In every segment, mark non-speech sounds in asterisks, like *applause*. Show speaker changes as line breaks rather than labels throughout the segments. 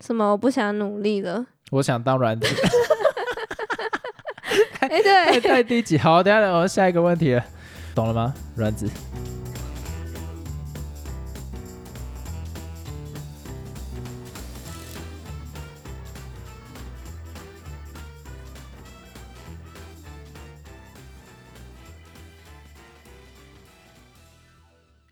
什么我不想努力了。
我想当软
*laughs*
体，
哎、
太
对， *laughs*
太低级。好，等一下我们下一个问题了，懂了吗？软子，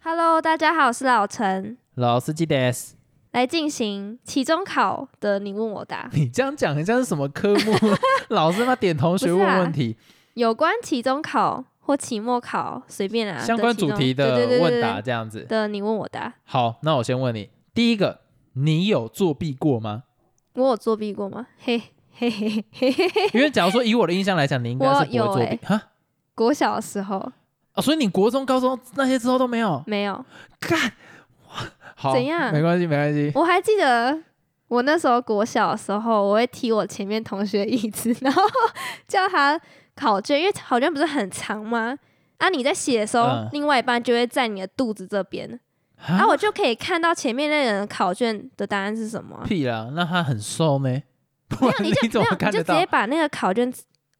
Hello，大家好，我是老陈。
老司机 des。
来进行期中考的你问我答，
你这样讲很像是什么
*laughs*
科目？老师嘛，点同学
不是啊
问问题，
有关期中考或期末考随便啊
相关主题
的其中对对对
的
对
问答
对
这样子。
的你问我答，
好，那我先问你，第一个，你有作弊
*laughs*
过吗？
我有作弊过吗？嘿嘿嘿嘿嘿嘿，
因为假如说以我的印象来讲，你应该是不
我有
会作
欸
弊哈、
国小的时候
哦，所以你国中、高中那些之后都没有
没有，
干，哇，好，
怎样
没关系，没关系。
我还记得我那时候国小的时候，我会踢我前面同学椅子， *laughs* 然后叫他考卷，因为考卷不是很长吗？啊，你在写的时候，
嗯
另外一半就会在你的肚子这边，然
啊
后我就可以看到前面那人的考卷的答案是什
*laughs*
么啊、
屁啦，那他很瘦呢，不
没
然
有，你就
怎
没
么
有，
看
你就
得
直
到？
接把那个考卷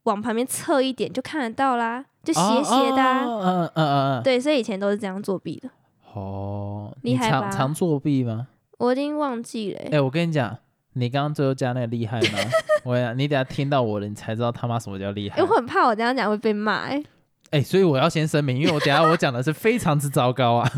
往旁边侧一点，就看得到啦，就斜
哦
斜的、啊。
哦嗯嗯嗯嗯，
对，所以以前都是这样作弊的。
哦，
厉
你
害吧
常常作弊吗？
我已经忘记了欸、
*laughs* 哎、我跟你讲，你刚刚最后加那个厉害
*laughs*
吗？我跟你讲，你等下听到我了，你才知道他妈什么叫厉害
因为。哎我很怕我这样讲会被骂、欸。
哎、所以我要先声明，因为我等下我讲的是非常之糟
*laughs*
糕啊。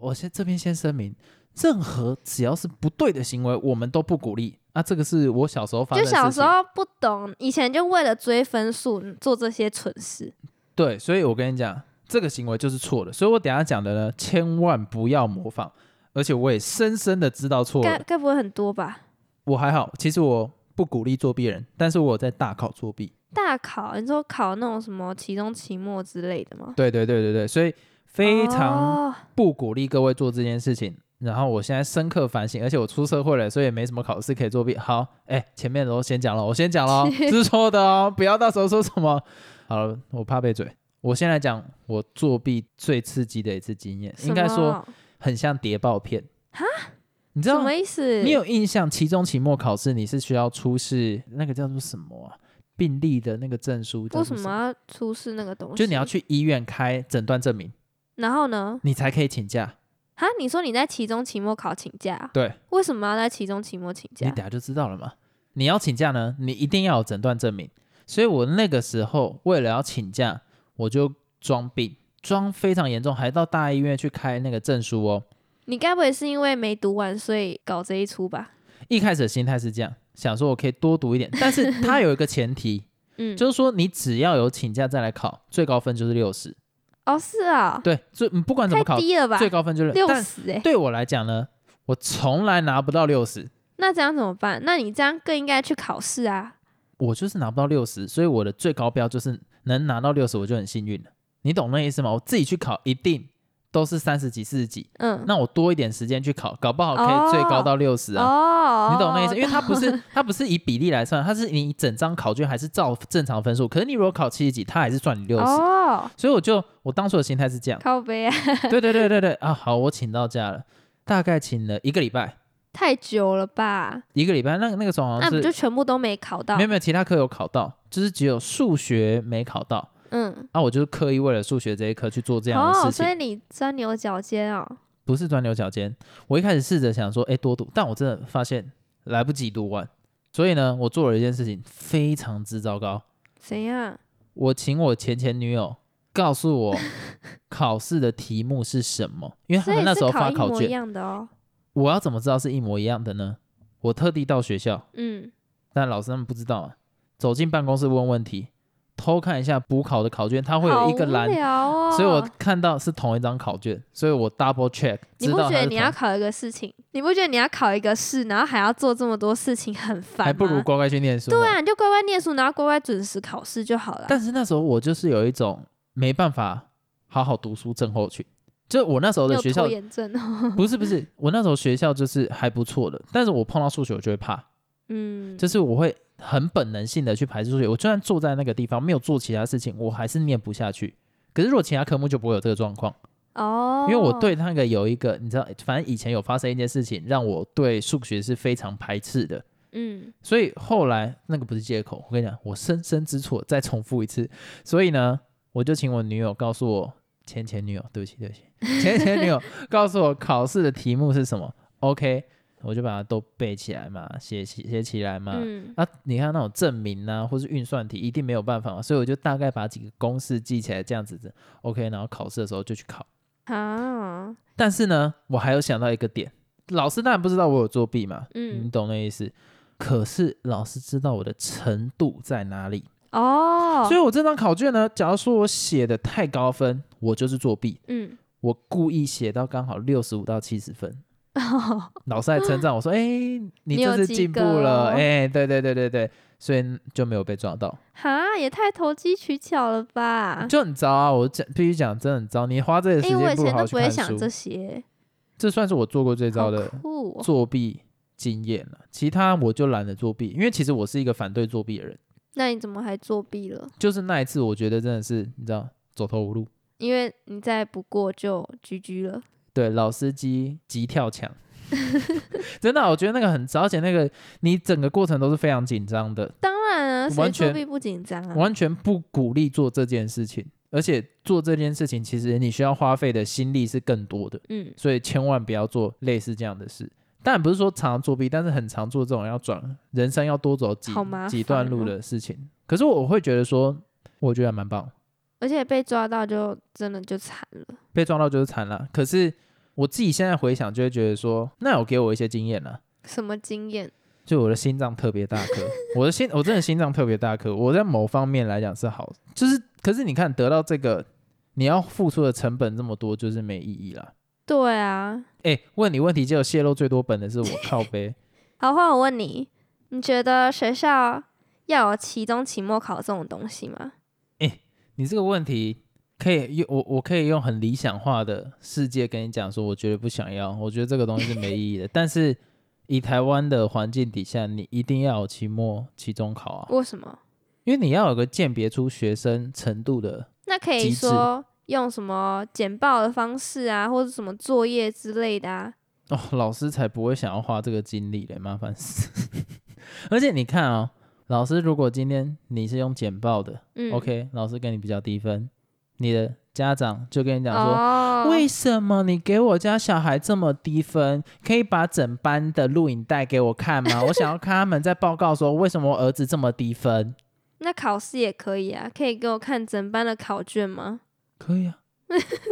我先这边先声明，任何只要是不对的行为，我们都不鼓励。啊，这个是我小时候发生
就
的事情。
小时候不懂，以前就为了追分数做这些蠢事。
对，所以我跟你讲，这个行为就是错的。所以我等一下讲的呢，千万不要模仿。而且我也深深的知道错
该
了。
该不会很多吧？
我还好，其实我不鼓励作弊人，但是我有在大考作弊。
大考，你说考那种什么期中、期末之类的吗？
对对对对对，所以非常
哦
不鼓励各位做这件事情。然后我现在深刻反省，而且我出社会了，所以也没什么考试可以作弊。好，哎，前面都先讲了，我先讲了
*laughs*
哦，这是错的哦，不要到时候说什么。好了，我怕被嘴。我先来讲我作弊最刺激的一次经验，应该说很像谍报片
哈，
你知
什
道
么意思？
你有印象？期中、期末考试你是需要出示那个叫做什么啊？病历的那个证书叫
为
做
什
什
么？啊要出示那个东西？
就你要，去医院开诊断证明，
然后呢？
你才可以请假。
哈，你说你在期中、期末考请假，啊
对，
为什么要在期中、期末请
你
假
等？下就知道了嘛。你要请假呢，你一定要有诊断证明。所以我那个时候为了要请假，我就装病，装非常严重，还到大医院去开那个证书哦。
你该不会是因为没读完，所以搞这一出吧？
一开始的心态是这样，想说我可以多读一点，但是它有一个前提，
*laughs* 嗯，
就是说你只要有请假再来考，最高分就是六十。
哦，是啊、
对，最嗯不管怎么
太
考，
低了吧？
最高分就是
六
但
十哎，
对我来讲呢，我从来拿不到六十，
那这样怎么办？那你这样更应该去考试啊。
我就是拿不到六十，所以我的最高标就是能拿到六十，我就很幸运了。你懂那意思吗？我自己去考一定都是三十几、四十几，
嗯，
那我啊多一点时间去考，搞不好可以最高到六十啊。
哦，
你
*laughs*
懂那意思？因为它不
懂
是它不是以比例来算，它是你整张考卷还是照正常分数。可是你如果考七十几，它还是算你六十、
哦，。
所以我就我当初的心态是这样
靠背啊，
对对对对对啊！好，我请到假了，大概请了一个礼拜，
太久了吧？
一个礼拜。那那个时候好
那
像
不
哦是
就全部都没考到
没？有没有，其他科有考到，就是只有数学没考到。
嗯，
啊，我就是刻意为了数学这一科去做这样的
哦，
事
所
情，
以你钻牛角尖哦。
不是钻牛角尖。我一开始试着想说，哎，多读，但我真的发现来不及读完，所以呢，我做了一件事情非常之糟糕。
怎样？
我请我前前女友告
*laughs*
诉我考试的题目是什么，因为他
所以
们那时候
是
发
一
考
模一
卷，
样的哦。
我要怎么知道是一模一样的呢？我特地到学校，
嗯，
但老师他们不知道啊，走进办公室问问题，偷看一下补考的考卷，它会有一个
好无
栏，
聊哦。
所以我看到是同一张考卷，所以我 double check
你
知
不
道
觉
它
得
是
你要
同，
考一个事情，你不觉得你要考一个试，然后还要做这么多事情，很烦吗？
还不如乖乖去念书。哦
对啊，你就乖乖念书，然后乖乖准时考试就好了。
但是那时候我就是有一种没办法好好读书症候群，就我那时候
你
的
有
学校
拖延症哦。 *laughs*
不是不是，我那时候学校就是还不错的，但是我碰到数学我就会怕，
嗯，
就是我会很本能性的去排斥数学，我就算坐在那个地方没有做其他事情，我还是念不下去。可是如果其他科目就不会有这个状况，
哦，
因为我对那个有一个，你知道，反正以前有发生一件事情，让我对数学是非常排斥的。
嗯
所以后来那个不是借口，我跟你讲，我深深知错，再重复一次。所以呢，我就请我女友告诉我前前女友，对不起对不起，前前女
*laughs*
友告诉我考试的题目是什么。OK，我就把它都背起来嘛，写写写起来嘛。
嗯
啊，你看那种证明啊，或是运算题，一定没有办法嘛，所以我就大概把几个公式记起来，这样子的 OK，然后考试的时候就去考。
啊
但是呢，我还有想到一个点，老师当然不知道我有作弊嘛，你
嗯
懂那意思。可是老师知道我的程度在哪里，
哦
所以，我这张考卷呢，假如说我写的太高分，我就是作弊，
嗯
我故意写到刚好六十五到七十分，老师还称赞我
*laughs*
说：“哎、你
你有
这次
及
进步
格
了。
哦
哎、对对对对对，所以就没有被抓到，
哈也太投机取巧了吧？
就很糟啊！我讲必须讲，真的很糟。你花这个时
哎，我以
间不如
前都
好好去
不会
看
想
书，
这些，
这算是我做过最糟
好
的
酷哦，
作弊经验了。其他我就懒得作弊，因为其实我是一个反对作弊的人。
那你怎么还作弊了？
就是那一次，我觉得真的是你知道走投无路，
因为你再不过就 GG 了。
对老司机急跳墙，真的啊、我觉得那个很糟，而且那个你整个过程都是非常紧张的，
当然啊，谁
完
作
全
弊不紧张啊？
完全不鼓励做这件事情，而且做这件事情其实你需要花费的心力是更多的，
嗯
所以千万不要做类似这样的事。当然不是说常常作弊，但是很常做这种要转人生要多走几
好麻
几段
烦
路
哦
的事情。可是我会觉得说，我觉得还蛮棒的。
而且被抓到就真的就惨了。
被撞到就是惨了。可是我自己现在回想，就会觉得说，那有给我一些经验了。
什么经验？
就我的心脏特别大
*laughs*
颗，我的心我真的心脏特别大颗。我在某方面来讲是好，就是可是你看得到这个，你要付出的成本这么多，就是没意义了。
对啊，
哎，问你问题，结果泄露最多本的是我靠背。
好，换我问你，你觉得学校要有期中、期末考这种东西吗？
你这个问题可以用我我可以用很理想化的世界跟你讲说，我绝对不想要，我觉得这个东西是没意义的。但是以台湾的环境底下，你一定要有期末、期中考啊。
为什么？
因为你要有个鉴别出学生程度的，
那可以
机制
说用什么简报的方式啊，或者什么作业之类的啊？
哦，老师才不会想要花这个精力嘞，麻烦死。 *laughs* 而且你看啊、哦，老师如果今天你是用简报的、
嗯
o k 老师给你比较低分，你的家长就跟你讲说。
哦，
为什么你给我家小孩这么低分？可以把整班的录影带给我
*laughs*
看吗？我想要看他们在报告说为什么我儿子这么低分。
那考试也可以啊，可以给我看整班的考卷吗？
可以啊，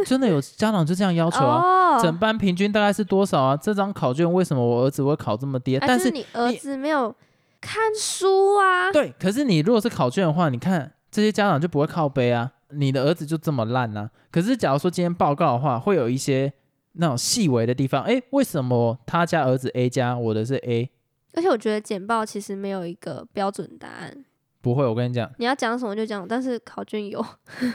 真的有家长就这样要求啊。
哦，
整班平均大概是多少啊？这张考卷为什么我儿子会考这么低？
啊
但
就是你儿子没有看书啊，
对，可是你如果是考卷的话，你看这些家长就不会靠背啊，你的儿子就这么烂啊。可是假如说今天报告的话，会有一些那种细微的地方，诶，为什么他家儿子 A 加，我的是 A？
而且我觉得简报其实没有一个标准答案，
不会，我跟你讲
你要讲什么就讲，但是考卷有，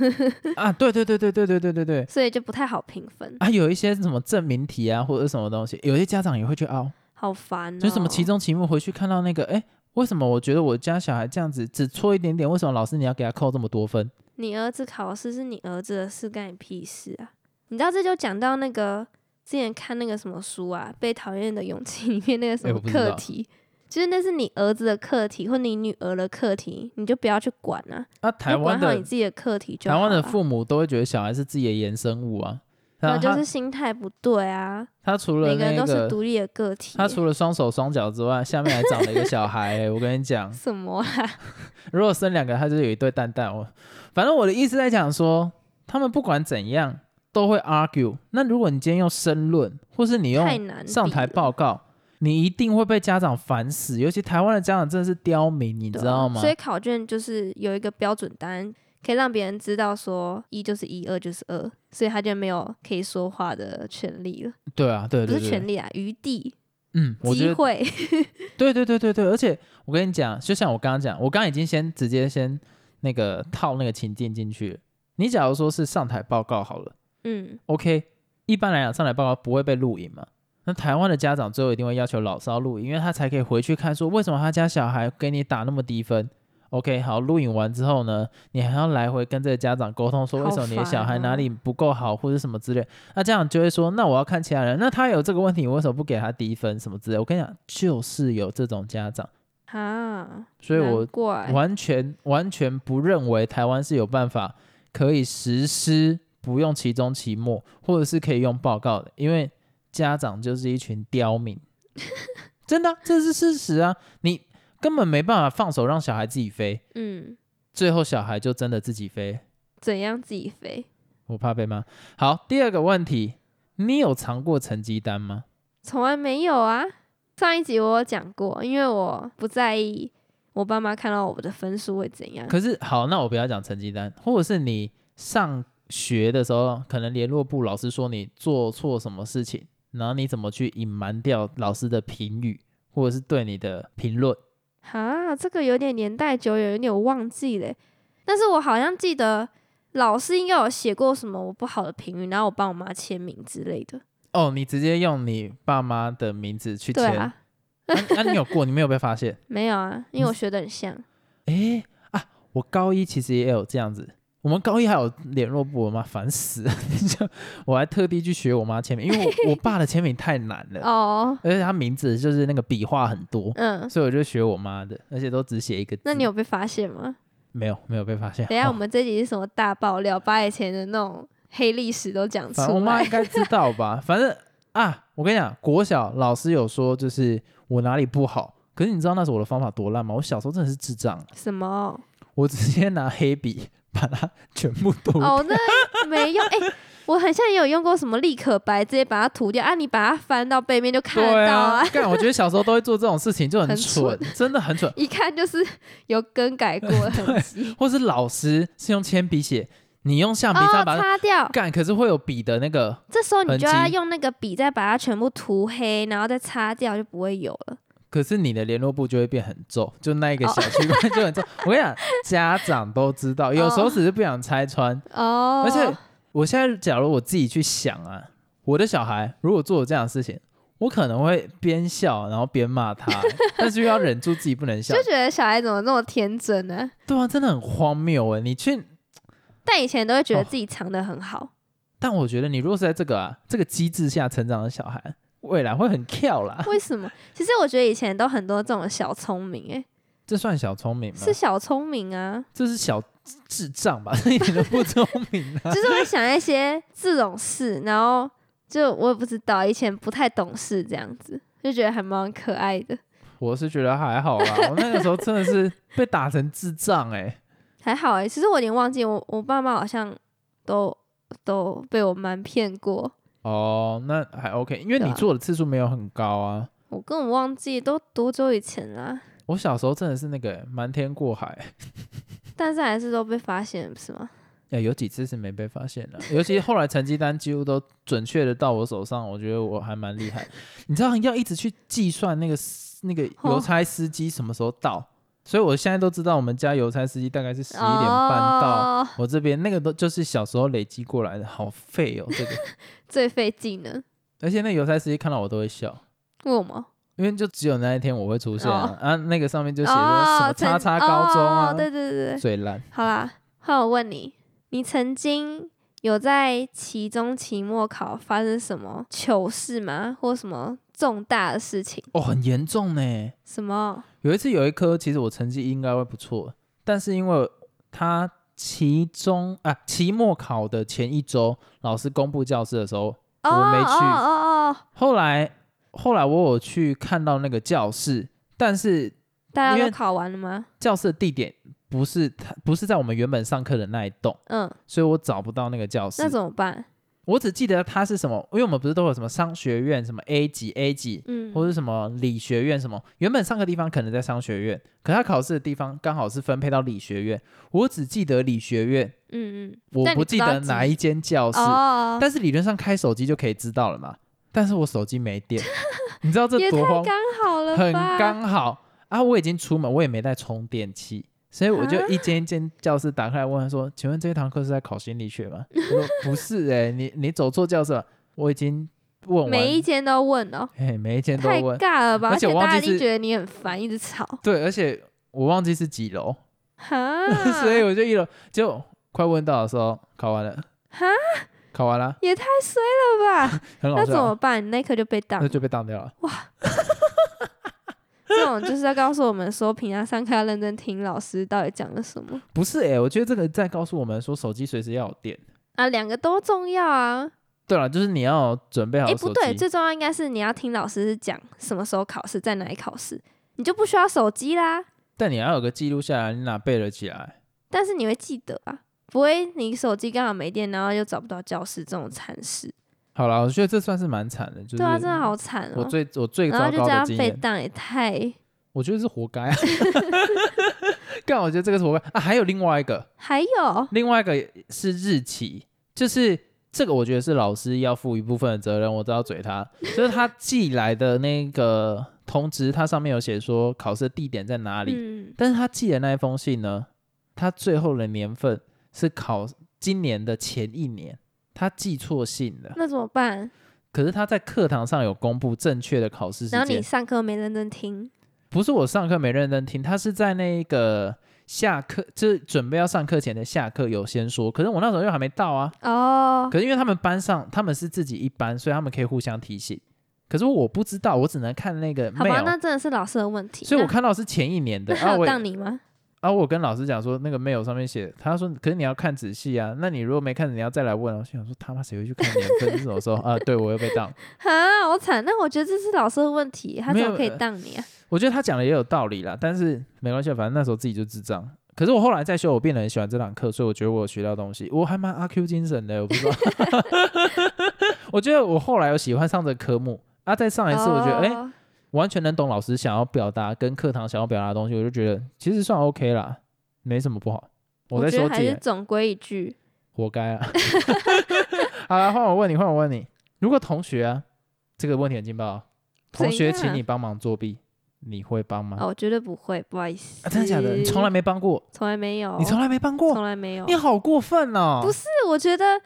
*laughs*
啊，对对对对对对对对对
所以就不太好评分，
啊，有一些什么证明题啊，或者什么东西，有些家长也会去凹，
好烦、哦。
就什么期中期末回去看到那个，诶，为什么我觉得我家小孩这样子只错一点点，为什么老师你要给他扣这么多分？
你儿子考试是你儿子的事，干你屁事啊！你知道这就讲到那个之前看那个什么书啊，《被讨厌的勇气》里面那个什
哎
么
我不知道
课题，就是那是你儿子的课题或你女儿的课题，你就不要去管啊，
那、台
就管
湾
好
的
你自己的课题就
台
好
湾的
了
父母都会觉得小孩是自己的衍生物啊。
那
他
就是心态不对啊，
他他除了
每个人
那
都是
个，
独立的个体。
他除了双手双脚之外，下面还长了一个小孩、
*laughs*
欸。我跟你讲，
什么啊？
如果生两个，他就是有一对蛋蛋。我反正我的意思在讲说，他们不管怎样都会 argue。那如果你今天用申论，或是你
太
用
难
上台
比了
报告，你一定会被家长烦死。尤其台湾的家长真的是刁民，你
对
知
啊
道吗？
所以考卷就是有一个标准答案，可以让别人知道说一就是一，二就是二，所以他就没有可以说话的权利了，
对啊，对
不
对
是权
对，
利啊，余地、
嗯，我觉
机
得
会。 *laughs*
对对对对对，而且我跟你讲，就像我刚刚讲，我刚刚已经先直接先那个套那个情境进去了。你假如说是上台报告好了
嗯，
，OK，一般来讲上台报告不会被录影嘛？那台湾的家长最后一定会要求老师要录影，因为他才可以回去看说为什么他家小孩给你打那么低分。 OK，好，录影完之后呢，你还要来回跟这个家长沟通，说为
好
什么你的
烦
小孩哪
哦
里不够好，或者什么之类。那家长就会说，那我要看其他人，那他有这个问题，你为什么不给他低分什么之类？我跟你讲，就是有这种家长，
啊，
所以我
难怪
完全完全不认为台湾是有办法可以实施不用期中、期末，或者是可以用报告的，因为家长就是一群刁民，真的啊、这是事实啊！你根本没办法放手让小孩自己飞，
嗯，
最后小孩就真的自己飞，
怎样自己飞？
我怕被骂。好，第二个问题，你有藏过成绩单吗？
从来没有啊。上一集我有讲过，因为我不在意我爸妈看到我的分数会怎样。
可是好，那我不要讲成绩单，或者是你上学的时候，可能联络部老师说你做错什么事情，然后你怎么去隐瞒掉老师的评语，或者是对你的评论？
啊，这个有点年代久远，有点忘记嘞。但是我好像记得老师应该有写过什么我不好的评语，然后我帮我妈签名之类的。
哦，你直接用你爸妈的名字去
对
签，
啊，
那、啊你有过，你没有被发现？
没有啊，因为我学的很像。
诶啊，我高一其实也有这样子。我们高一还有联络部，我妈烦死了。 *laughs* 你知道我还特地去学我妈签名，因为我我爸的签名太难
*laughs*
了，
哦，
而且他名字就是那个笔画很多，
嗯，
所以我就学我妈的，而且都只写一个字。
那你有被发现吗？
没有没有被发现？
等一下我
哦
们这集是什么大爆料，把以前的那种黑历史都讲
反正
出
我妈
来。
应该知道
*laughs*
吧？反正啊，我跟你讲，国小老师有说就是我哪里不好，可是你知道那时候我的方法多烂吗？我小时候真的是智障，
什么？
我直接拿黑笔把它全部都。
哦，那没用。哎、我很像也有用过什么立可白，直接把它涂掉啊！你把它翻到背面就看
对
得到啊， *laughs*
啊，干！我觉得小时候都会做这种事情，就很
很
蠢
蠢，
真的很蠢。
一看就是有更改过的痕迹。
或是老师是用铅笔写，你用橡皮擦
哦，
把它
擦掉。
干，可是会有笔的那个
这时候你就
痕
要
迹
用那个笔再把它全部涂黑，然后再擦掉，就不会有了。
可是你的联络部就会变很皱，就那一个
哦
小区块就
*laughs*
很皱。我跟你讲，家长都知道，有时候只是不想拆穿。
哦，
而且我现在假如我自己去想啊，我的小孩如果做了这样的事情，我可能会边笑然后边
*laughs*
骂他，但是又要忍住自己不能笑
就。觉得小孩怎么这么天真呢、
对啊，真的很荒谬哎！你去，
但以前都会觉
哦
得自己藏得很好。
但我觉得你如果是在这个啊这个机制下成长的小孩，未来会很跳啦。
为什么？其实我觉得以前都很多这种小聪明、欸，
这算小聪明吗？
是小聪明啊，
这是小智障吧？这一点都不聪明啊！
就是会想一些这种事，然后就我也不知道，以前不太懂事这样子，就觉得还蛮可爱的。
我是觉得还
*laughs*
好啦，我那个时候真的是被打成智障哎、
还好哎、其实我有点忘记，我我爸妈好像都都被我瞒骗过，
哦，那还 OK，因为
对
你
啊
做的次数没有很高啊。
我根本忘记都多久以前啊啦、
我小时候真的是那个欸瞒天过海，
但是还是都被发现了，不是吗？
哎、有几次是没被
*laughs*
发现的，啊尤其后来成绩单几乎都准确的到我手上，我觉得我还蛮厉害。你知道要一直去计算那个司那个邮
哦
差司机什么时候到，所以我现在都知道我们家邮差司机大概是十一点半到。
哦、
我这边那个都就是小时候累积过来的，好废哦，
*laughs*
这个。
最费劲了，
而且那邮差司机看到我都会笑，
为什么？
因为就只有那一天我会出现啊，啊，那个上面就
就
写说什么叉叉高中啊，
哦、对对对对，
最烂。
好啦，换我问你，你曾经有在期中、期末考发生什么糗事吗？或什么重大的事情？
哦，很严重呢。
什么？
有一次有一科，其实我成绩应该会不错，但是因为他期中啊期末考的前一周，老师公布教室的时候，
哦
我没去
哦哦哦，
后来后来我有去看到那个教室，但是
大
因
家
为
都考完了吗？
教室的地点不是他不是在我们原本上课的那一栋，
嗯，
所以我找不到那个教室
那。怎么办？
我只记得它是什么，因为我们不是都有什么商学院、什么 A 级、A 级，
嗯，
或是什么理学院什么。原本上课地方可能在商学院，可他考试的地方刚好是分配到理学院。我只记得理学院，
嗯嗯，
我
但你
不
不
记
知道
得
几
哪一间教室。
哦，
但是理论上开手机就可以知道了嘛。但是我手机没
*laughs*
电，你知道这
也
多
太
慌，
刚好了吧？
很刚好啊！我已经出门，我也没带充电器。所以我就
啊
一间一间教室打开来问他说：“请问这一堂课是在考心理学吗？”我说：“不是哎、你你走错教室了。”我已经问完，
每一间都问哦，
嘿每一间都
太
问，
尬了吧？
而
而
且
且
我忘
大家
记
一定
是
觉得你很烦，一直吵。
对，而且我忘记是几楼，，
哈
*laughs* 所以我就一楼就快问到的时候考完了，
哈，
考完了，
也太衰了吧！
*laughs* 很好
那怎
笑啊呃
么，办？你那一刻就被挡
那。就被当掉了。
这种就是要告诉我们说，平常上课要认真听老师到底讲了什么
不是诶、我觉得这个在告诉我们说手机随时要有电。
啊，两个都重要啊。
对了，就是你要准备好
诶，
手机。
不对，最重要应该是你要听老师讲什么时候考试，在哪里考试，你就不需要手机啦。
但你要有个记录下来，你哪背了起来？
但是你会记得啊，不会你手机刚好没电，然后又找不到教室这种惨事。
好了，我觉得这算是蛮惨的，就是
对啊，真的好惨哦、
我最我最
然后
糟
就
糕
这
的
样
经
被
验，
当，也太……
我觉得是活该、啊。干，我觉得这个是活该啊！还有另外一个，
还有
另外一个是日期，就是这个我觉得是老师要负一部分的责任，我都要嘴他，就是他寄来的那个通知，它上面有写说考试的地点在哪里，
嗯，
但是他寄的那一封信呢，他最后的年份是考今年的前一年，他寄错信了。
那怎么办？
可是他在课堂上有公布正确的考试时
然后你
间，
上课没认真听，
不是我上课没认真听，他是在那个下课，就是准备要上课前的下课有先说，可是我那时候又还没到啊。
哦，
可是因为他们班上他们是自己一班，所以他们可以互相提醒。可是我不知道，我只能看那个
好吧，那
mail，
真的是老师的问题。
所以我
那
看到是前一年的。
那
啊，
他有
我
当你吗？
啊，我跟老师讲说那个 mail 上面写，他说可是你要看仔细啊，那你如果没看，你要再来问啊。我心想说他妈谁会去看年份是什么时候啊？对我又被当。
啊，好惨！那我觉得这是老师的问题，他怎么
呃
可以当你啊？
我觉得他讲的也有道理啦，但是没关系，反正那时候自己就智障。可是我后来在修，我变得很喜欢这堂课，所以我觉得我有学到东西，我还蛮阿 Q 精神的，我不知道。
*laughs*
我觉得我后来有喜欢上这科目啊，再上一次我觉得哎、诶
哦
完全能懂老师想要表达跟课堂想要表达的东西，我就觉得其实算 OK 啦，没什么不好。
我
在
觉
修
得还
己
是，总归一句，
活该啊。 *laughs* 好了，换我问你，换我问你，如果同学啊，这个问题很劲爆哦，同学
怎样啊
请你帮忙作弊，你会帮吗？
哦，我绝对不会，不好意思，
啊，真的假的？你从来没帮过？
从来没有，
你从来没帮过？
嗯从来没有，
你好过分哦！
不是，我觉得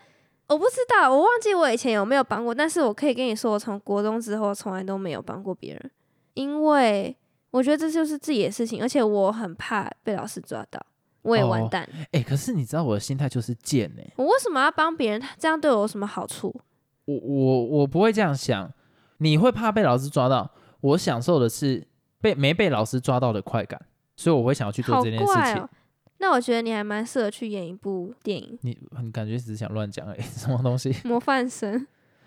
我不知道，我忘记我以前有没有帮过，但是我可以跟你说，我从国中之后从来都没有帮过别人，因为我觉得这就是自己的事情，而且我很怕被老师抓到，我也
哦
完蛋。
哎、可是你知道我的心态就是贱哎、
我为什么要帮别人？这样对我有什么好处？
我我我不会这样想。你会怕被老师抓到，我享受的是被没被老师抓到的快感，所以我会想要去做
好
这件事
怪
情。
哦！那我觉得你还蛮适合去演一部电影
你你感觉只是想乱讲哎、 *laughs* 什么东西？
《模范生》。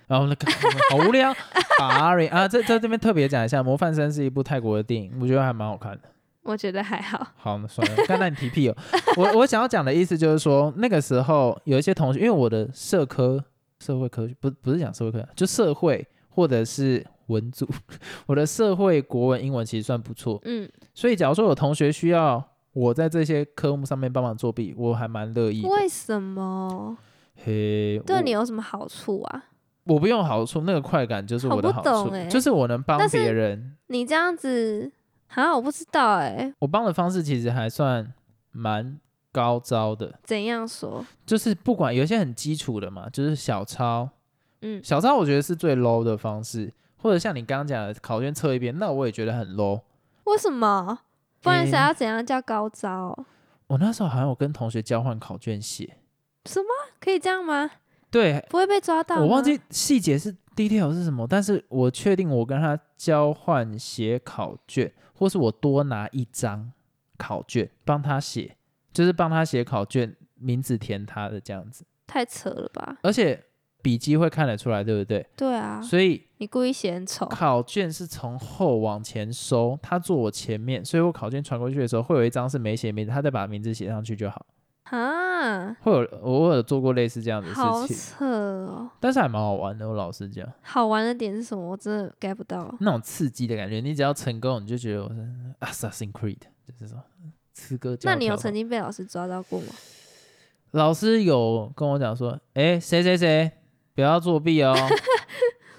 然后 *laughs* 那个好无聊，sorry 啊，这在这边特别讲一下，《模范生》是一部泰国的电影，我觉得还蛮好看的。
我觉得还
*laughs*
好。
好，那算了，刚才你提屁哦。我我想要讲的意思就是说，那个时候有一些同学，因为我的社科、社会科学不不是讲社会科学，就社会或者是文组，我的社会、国文、英文其实算不错。
嗯，
所以假如说有同学需要我在这些科目上面帮忙作弊，我还蛮乐意的。
为什么
嘿，
对
我
你有什么好处啊？
我不用好处，那个快感就是我的
好
好
不懂
处，
欸
就是我能帮
但是
别人。
你这样子，啊，我不知道哎、
我帮的方式其实还算蛮高招的。
怎样说？
就是不管有一些很基础的嘛，就是小抄，
嗯
小抄我觉得是最 low 的方式，或者像你刚刚讲的考卷测一遍，那我也觉得很 low。
为什么？不然
嗯
谁要怎样叫高招？
我那时候好像有跟同学交换考卷写，
什么可以这样吗？
对
不会被抓到？
我忘。记细节是 detail 是什么，但是我确定我跟他交换写考卷，或是我多拿一张考卷帮他写，就是帮他写考卷，名字填他的这样子，
太扯了吧？
而且笔记会看得出来，对不对？
对啊，
所以
你故意写很丑。
考卷是从后往前收，他坐我前面，所以我考卷传过去的时候，会有一张是没写名字，他再把名字写上去就好。
啊，
会有我有做过类似这样的
好
事情，
扯哦！
但是还蛮好玩的。我老实讲，
好玩的点是什么？我真的 get 不到。
那种刺激的感觉，你只要成功，你就觉得我是 Assassin Creed，就是说吃哥。
那你有曾经被老师抓到过吗？
老师有跟我讲说，哎、谁谁谁不要作弊
*laughs*
哦。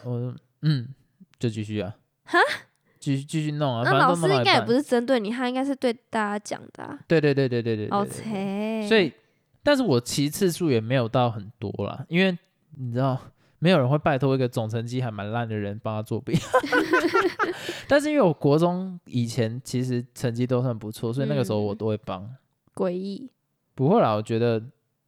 我说嗯，就继续啊，
哈，
继续继续弄啊，
那
反正
老
都
师
弄到
应
一
该也
半
不是针对你，他应该是对大家讲的、啊。
对对对对对对对
好
对
切，
所以，但是我骑次数也没有到很多啦，因为你知道，没有人会拜托一个总成绩还蛮烂的人帮他作弊。 *laughs* 但是因为我国中以前其实成绩都算不错，所以那个时候我
嗯
都会帮。
诡异。
不会啦，我觉得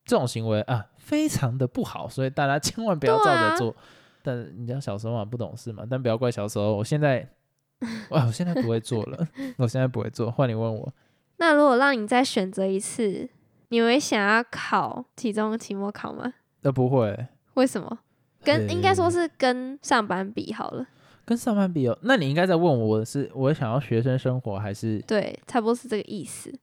这种行为啊，非常的不好，所以大家千万不要照
对
着
啊
做。但你知道小时候嘛，不懂事嘛，但不要怪小时候。我现在， *laughs* 哇，我现在不会做了，我现在不会做。换你问我，
那如果让你再选择一次，你会想要考期中、期末考吗？
那、呃不会
为什么？跟应该说
呃
是跟上班比好了，
跟上班比哦。那你应该在问我是我想要学生生活还是？
对，差不多是这个意思。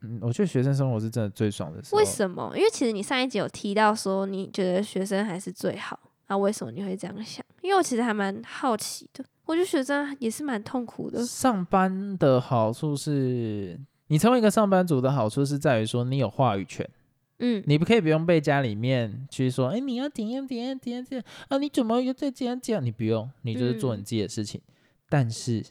嗯，我觉得学生生活是真的最爽的时候。
为什么？因为其实你上一集有提到说，你觉得学生还是最好，那、为什么你会这样想？因为我其实还蛮好奇的，我觉得学生也是蛮痛苦的，
上班的好处是，你成为一个上班族的好处是在于说你有话语权，
嗯，
你不可以不用被家里面去说，哎，你要怎样怎样怎样怎样啊，你怎么又在这样这样？你不用，你就是做你自己的事情。但是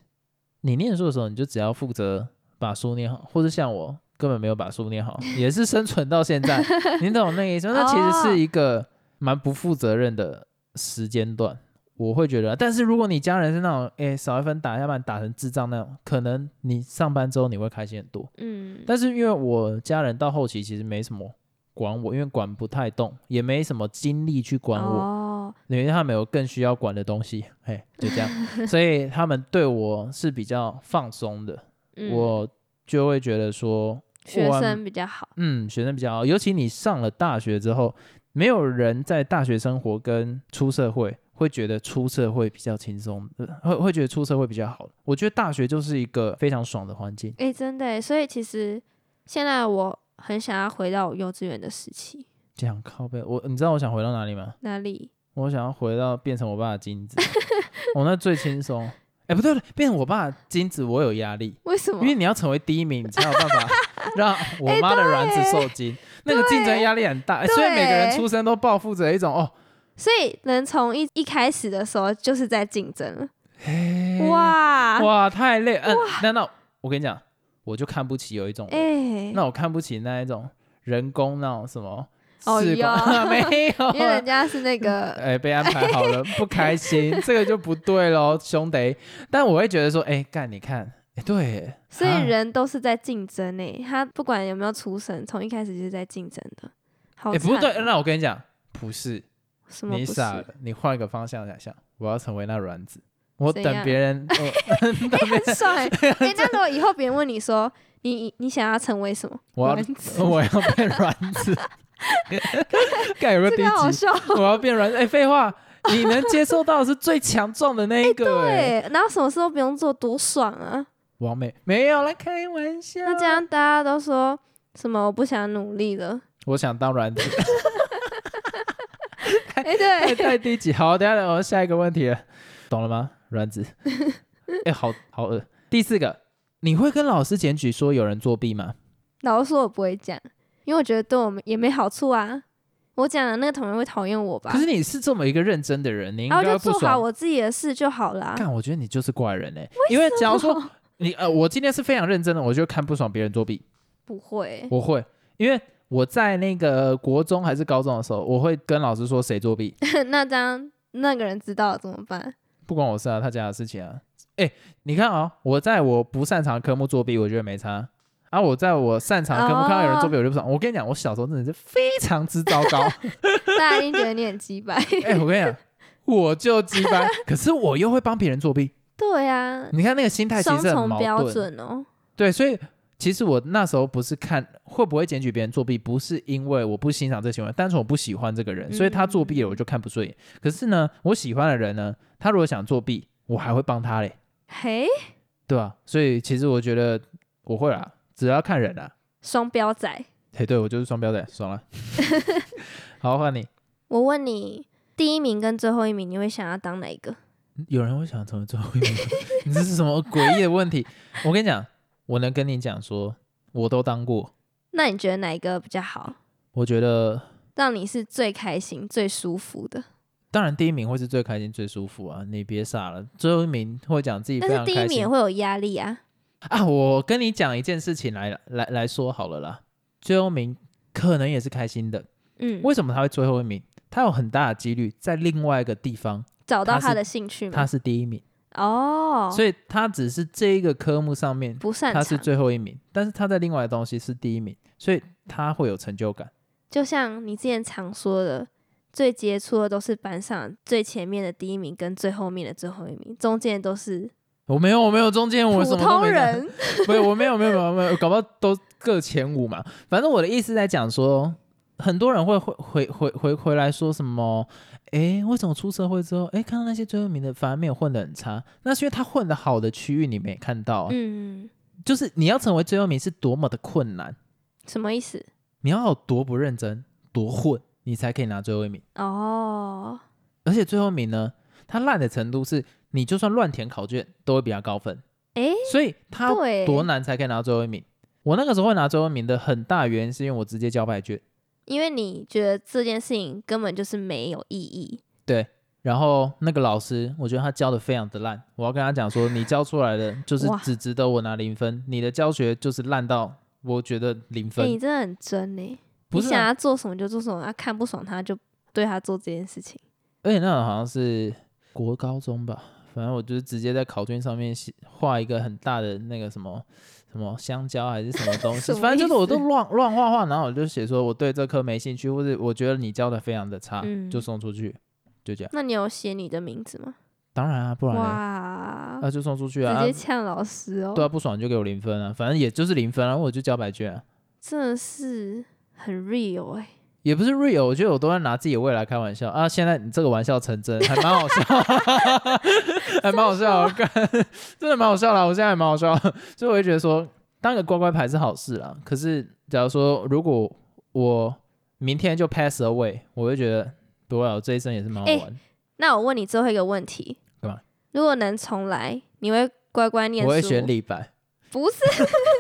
你念书的时候，你就只要负责把书念好，或者像我根本没有把书念
*laughs*
好，也是生存到现在，你懂那个意思吗？那其实
哦
是一个蛮不负责任的时间段。我会觉得，但是如果你家人是那种，哎，少一分打，要不然打成智障那种，可能你上班之后你会开心很多。
嗯，
但是因为我家人到后期其实没什么管我，因为管不太动，也没什么精力去管我，
哦，
因为他们有更需要管的东西，嘿，就这样，所以他们对我是比较放松的，
嗯、
我就会觉得说，
学
我
生比较好，
嗯，学生比较好，尤其你上了大学之后，没有人在大学生活跟出社会会觉得出社会比较轻松，呃会会觉得出社会比较好，我觉得大学就是一个非常爽的环境。
诶，真的耶，所以其实现在我很想要回到我幼稚园的时期，
这样靠背，我你知道我想回到哪里吗？
哪里？
我想要回到变成我爸的金子，我、那最轻松。哎、不对不对，变成我爸的金子，我有压力，
为什么哎
因？为你要成为第一名，你才有
*laughs*
办法让我妈的卵子受精，那个竞争压力很大、哎所以每个人
对
出生都抱负着一种哦，
所以能从一一开始的时候就是在竞争了，
嘿
哇，
哇，太累，嗯，那那我跟你讲，我就看不起有一种人，
诶，
那我看不起那一种人工那种什么
哦
试管， *laughs*
有
没有
因为
啊
人家是那个
哎、被安排
*laughs*
好了，不开心，这个就不对喽，兄弟。但我会觉得说，哎、干，你看，哎、对耶，
所
啊
以人都是在竞争诶、他不管有没有出生，从一开始就是在竞争的。好
哎、
惨哦、
不对，那我跟你讲，不是，
什么
你
不是？
傻了，你换一个方向想想，我要成为那卵子，我
怎
等
样
别
*laughs*
人，哦我
哎、很爽
*laughs*
哎、欸！那如果以后别人问你说你你想要成为什么，
我要
丸子
*laughs* 我要变卵
*laughs*
子，干有个
这
低
个好
级，
笑。
我要变卵子，哎、废话，你能接受到的是最强壮的那一个、哎、
对，然后什么事都不用做，多爽啊！
王美没有啦，开玩笑，
那这样大家都说什么我不想努力了？
我想当卵子。
哎、
太
对，
太低级。好，等一下我哦下一个问题了，懂了吗？卵
*laughs*
子，哎、好好恶。第四个，你会跟老师检举说有人作弊吗？
老实说我不会讲，因为我觉得对我们也没好处啊。我讲了，那个同学会讨厌我吧
可？是你是这么一个认真的人，你应
然后
该
就
会不
做好
爽。
啊我啊自己的事就好啦。
干，我觉得你就是怪人嘞、欸因为假如说你呃，我今天是非常认真的，我就看不爽别人作弊，
*laughs* 不会，
我会，因为我在那个国中还是高中的时候，我会跟老师说谁作弊，
那这样那个人知道了怎么办？ *laughs*
不关我事啊，他家的事情啊。哎、你看啊、我在我不擅长的科目作弊，我觉得没差。啊，我在我擅长的科目
哦
看到有人作弊，我就不爽。我跟你讲，我小时候真的是非常之糟
*laughs*
糕。
大家一定觉得你很鸡掰。 *laughs*
哎、我跟你讲，我就鸡掰，可是我又会帮别人作弊。
对啊，
你看那个心嗯态其
双
实很
重
矛
标
盾。
准哦。
对，所以其实我那时候不是看会不会检举别人作弊，不是因为我不欣赏这行为，单纯我不喜欢这个人，
嗯
所以他作弊了我就看不顺眼。可是呢，我喜欢的人呢，他如果想作弊，我还会帮他嘞。
嘿，
对啊，所以其实我觉得我会啦，只要看人啦。
双标仔，
嘿，对我就是双标仔，爽了。 *laughs* 好，换你。
我问你，第一名跟最后一名，你会想要当哪一个？
有人会想成为最后一名吗？ *laughs* 你这是什么诡异的问题？我跟你讲，我能跟你讲说，我都当过，
那你觉得哪一个比较好？
我觉得
让你是最开心、最舒服的，
当然第一名会是最开心、最舒服啊！你别傻了，最后一名会讲自己非
但是
常
第一
开
名也
心
会有压力啊。
啊！我跟你讲一件事情来来来说好了啦，最后一名可能也是开心的。
嗯，
为什么他会最后一名？他有很大的几率在另外一个地方
找到
他是
他的兴趣
他
吗？
是第一名。
哦，
所以他只是这一个科目上面
不擅
他是
长，
最后一名，但是他在另外的东西是第一名，所以他会有成就感。
就像你之前常说的，最杰出的都是班上最前面的第一名跟最后面的最后一名，中间都是
我没有，我没有中间， *laughs* 我
普
什么都
通
没干，
人。
不是，我没有，没有，没有，没有，搞不好都各前五嘛。反正我的意思在讲说，很多人会回回回回回来说什么，诶，为什么出社会之后，诶，看到那些最后一名的反而没有混得很差？那是因为他混得好的区域你没看到啊、
嗯，
就是你要成为最后一名是多么的困难，
什么意思？
你要有多不认真、多混，你才可以拿最后一名。
哦，
而且最后一名呢，他烂的程度是你就算乱填考卷都会比他高分，
诶，
所以他
对，
多难才可以拿到最后一名？我那个时候会拿最后一名的很大原因是因为我直接交白卷，
因为你觉得这件事情根本就是没有意义。
然后那个老师我觉得他教的非常的烂，我要跟他讲说，你教出来的就是
哇
只值得我拿零分，你的教学就是烂到我觉得零
哎、
分，
你真的很真呢、
不
你
是
想
啊、
他做什么就做什么，他、看不爽他就对他做这件事情。
而且那好像是国高中吧，反正我就是直接在考卷上面写画一个很大的那个什么什么香蕉还是什么东西
*laughs* 什，么
反正就是我都
意思
乱乱画画，然后我就写说我对这科没兴趣，或者我觉得你教的非常的差，
嗯
就送出去，就这样。
那你有写你的名字吗？
当然啊，不然呢？
哇，
那、就送出去啊
直接，呛老师哦、
啊对啊，不爽就给我零分啊，反正也就是零分啊，我就交白卷啊，
真的是很 real 哎、
也不是 real，我觉得我都在拿自己的未来开玩笑啊。现在你这个玩笑成真，还蛮好笑， *laughs* 还蛮好笑的，干真的蛮好笑啦，我现在还蛮好笑的， *laughs* 所以我就觉得说，当个乖乖牌是好事啦。可是假如说如果我明天就 pass away，我会觉得不会啊，我这一生也是蛮好
哎
玩。
那我问你最后一个问题，
干嘛
如果能重来，你会乖乖念书？
我会选李白，
不是， *laughs*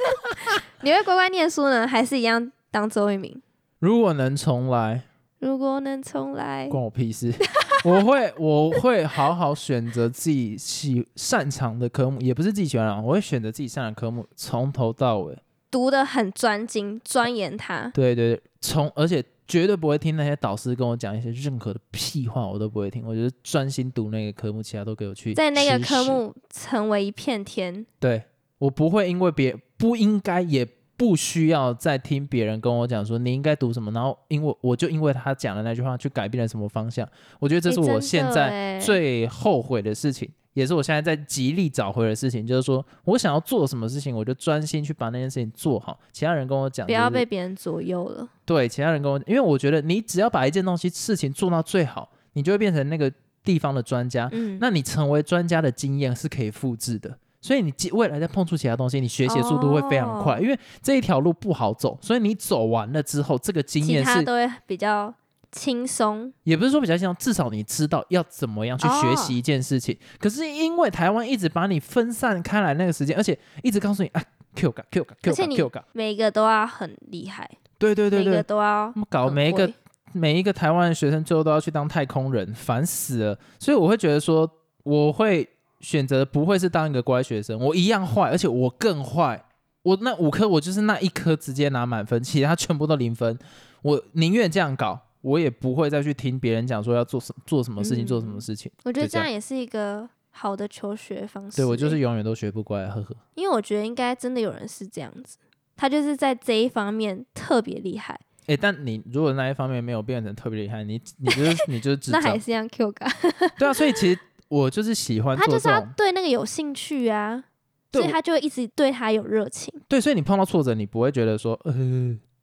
你会乖乖念书呢，还是一样当周一鸣？
如果能重来。
如果能重来，
关我屁事。 *laughs* 我会我会好好选择自己喜擅长的科目，也不是自己喜欢啊，我会选择自己擅长的科目，从头到尾。
读得很专精，钻研它。
对对对，从而且绝对不会听那些导师跟我讲一些任何的屁话，我都不会听。我就是专心读那个科目，其他都给我去
在那个
吃
科
屎，
目成为一片天。
对我不会因为别不应该也。不需要再听别人跟我讲说你应该读什么，然后因为我就因为他讲的那句话去改变了什么方向，我觉得这
诶
是我现在、
真的欸
最后悔的事情，也是我现在在极力找回的事情，就是说我想要做什么事情，我就专心去把那件事情做好。其他人跟我讲、
不
就是，
要被别人左右了。
对其他人跟我，因为我觉得你只要把一件东西事情做到最好，你就会变成那个地方的专家。
嗯，
啊那你成为专家的经验是可以复制的，所以你既未来再碰触其他东西，你学习的速度会非常快，
哦
因为这一条路不好走，所以你走完了之后，这个经
其
验
他
是
都会比较轻松。
也不是说比较像，至少你知道要怎么样去
哦
学习一件事情。可是因为台湾一直把你分散开来那个时间，而且一直告诉你啊，Q 感 Q 感 Q
而且
感
你
Q 感，
每一个都要很厉害，
对对对
每一
对
个，都要
他们搞
很
每一个
会
每一个台湾的学生最后都要去当太空人，烦死了。所以我会觉得说，我会选择不会是当一个乖学生，我一样坏，而且我更坏。我那五科，我就是那一科直接拿满分，其他全部都零分。我宁愿这样搞，我也不会再去听别人讲说要做什做什么事情，
嗯
做什么事情。
我觉得
就这
这
样
样也是一个好的求学方式欸。
对我就是永远都学不乖，呵呵。
因为我觉得应该真的有人是这样子，他就是在这一方面特别厉害，
哎，但你如果那一方面没有变成特别厉害，你你就是你就是
*laughs*
智
那还
障，
是一样 Q 感。
对啊。所以其实我就是喜
*laughs*
欢
他
做
就
这
是要
种，
对那个有兴趣啊，
对
所以
我
他就会一直对他有热情，
对，所以你碰到挫折，你不会觉得说，呃，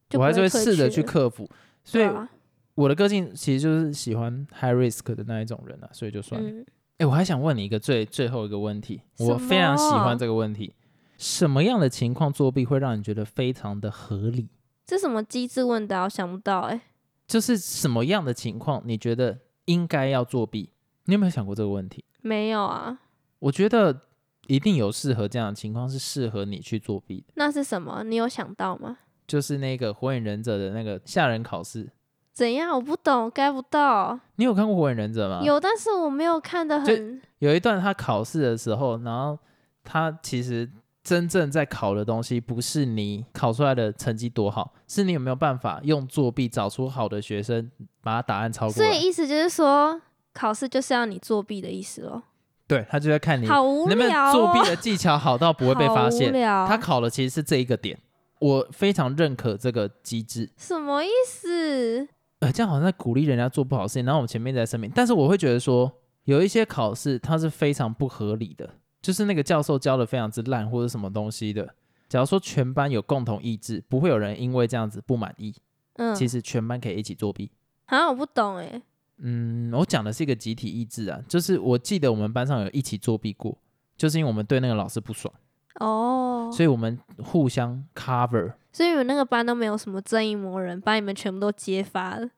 就
我还是
不
会
会
试着
退
去
却
克服。所
对
以
啊，
我的个性其实就是喜欢 high risk 的那一种人啊，所以就算了。
嗯，
哎、我还想问你一个最最后一个问题，
什
我非常喜欢
么
这个问题。什么样的情况作弊会让你觉得非常的合理？
这什么机智问答，我想不到哎、
就是什么样的情况你觉得应该要作弊？你有没有想过这个问题？
没有啊，
我觉得一定有适合这样的情况是适合你去作弊的，
那是什么？你有想到吗？
就是那个火影忍者的那个吓人考试。
怎样？我不懂，该不到。
你有看过火影忍者吗？
有，但是我没有看的
就
很
有一段他考试的时候，然后他其实真正在考的东西不是你考出来的成绩多好，是你有没有办法用作弊找出好的学生，把他答案抄过
所以
来。
意思就是说，考试就是要你作弊的意思咯。
对他就在看你
好无
能不
聊
能作
哦，
弊的技巧好到不会被发
好无
现。
聊
他考的其实是这一个点，我非常认可这个机制。
什么意思？
呃，这样好像在鼓励人家做不好的事情，然后我们前面一直在声明，但是我会觉得说，有一些考试它是非常不合理的，就是那个教授教的非常之烂或者什么东西的。假如说全班有共同意志，不会有人因为这样子不满意，
嗯，
其实全班可以一起作弊。
好像我不懂哎，
嗯，我讲的是一个集体意志啊，就是我记得我们班上有一起作弊过，就是因为我们对那个老师不爽，
哦，
所以我们互相 cover。
所以你们那个班都没有什么正义魔人，把你们全部都揭发了。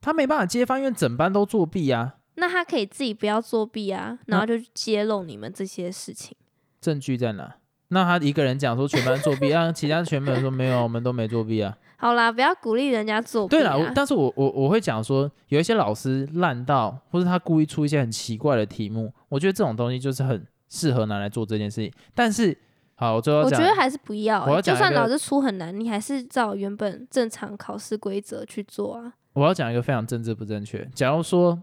他没办法揭发，因为整班都作弊啊，
那他可以自己不要作弊啊，然
嗯
后就揭露你们这些事情。
证据在哪？那他一个人讲说全班作
*laughs*
弊，让其他全班说没有，我们都没作弊啊。
好啦，不要鼓励人家作弊、
对
啊。
啦，我但是我我我会讲说，有一些老师烂到，或是他故意出一些很奇怪的题目，我觉得这种东西就是很适合拿来做这件事情。但是，好，我最后
我
讲
觉，得还是不要、
我要
欸，
讲
就
一
算
个
老师出很难，你还是照原本正常考试规则去做啊。
我要讲一个非常政治不正确。假如说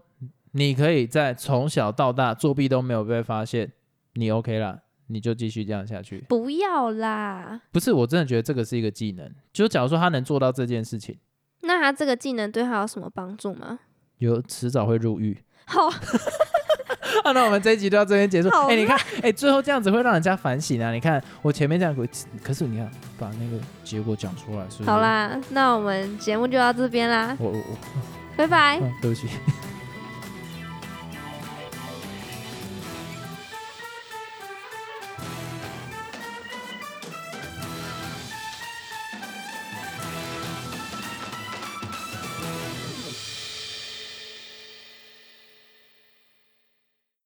你可以在从小到大作弊都没有被发现，你 OK 啦，你就继续这样下去。
不要啦，
不是，我真的觉得这个是一个技能。就假如说他能做到这件事情，
那他这个技能对他有什么帮助吗？ *laughs*
有迟早会入狱。
好，
啊，那我们这一集就到这边结束。
好
哎、你看，哎、最后这样子会让人家反省啊！你看我前面这样，可是你看把那个结果讲出来，是不是？
好，啦，那我们节目就到这边啦，
我我我、
拜拜。
嗯对不起。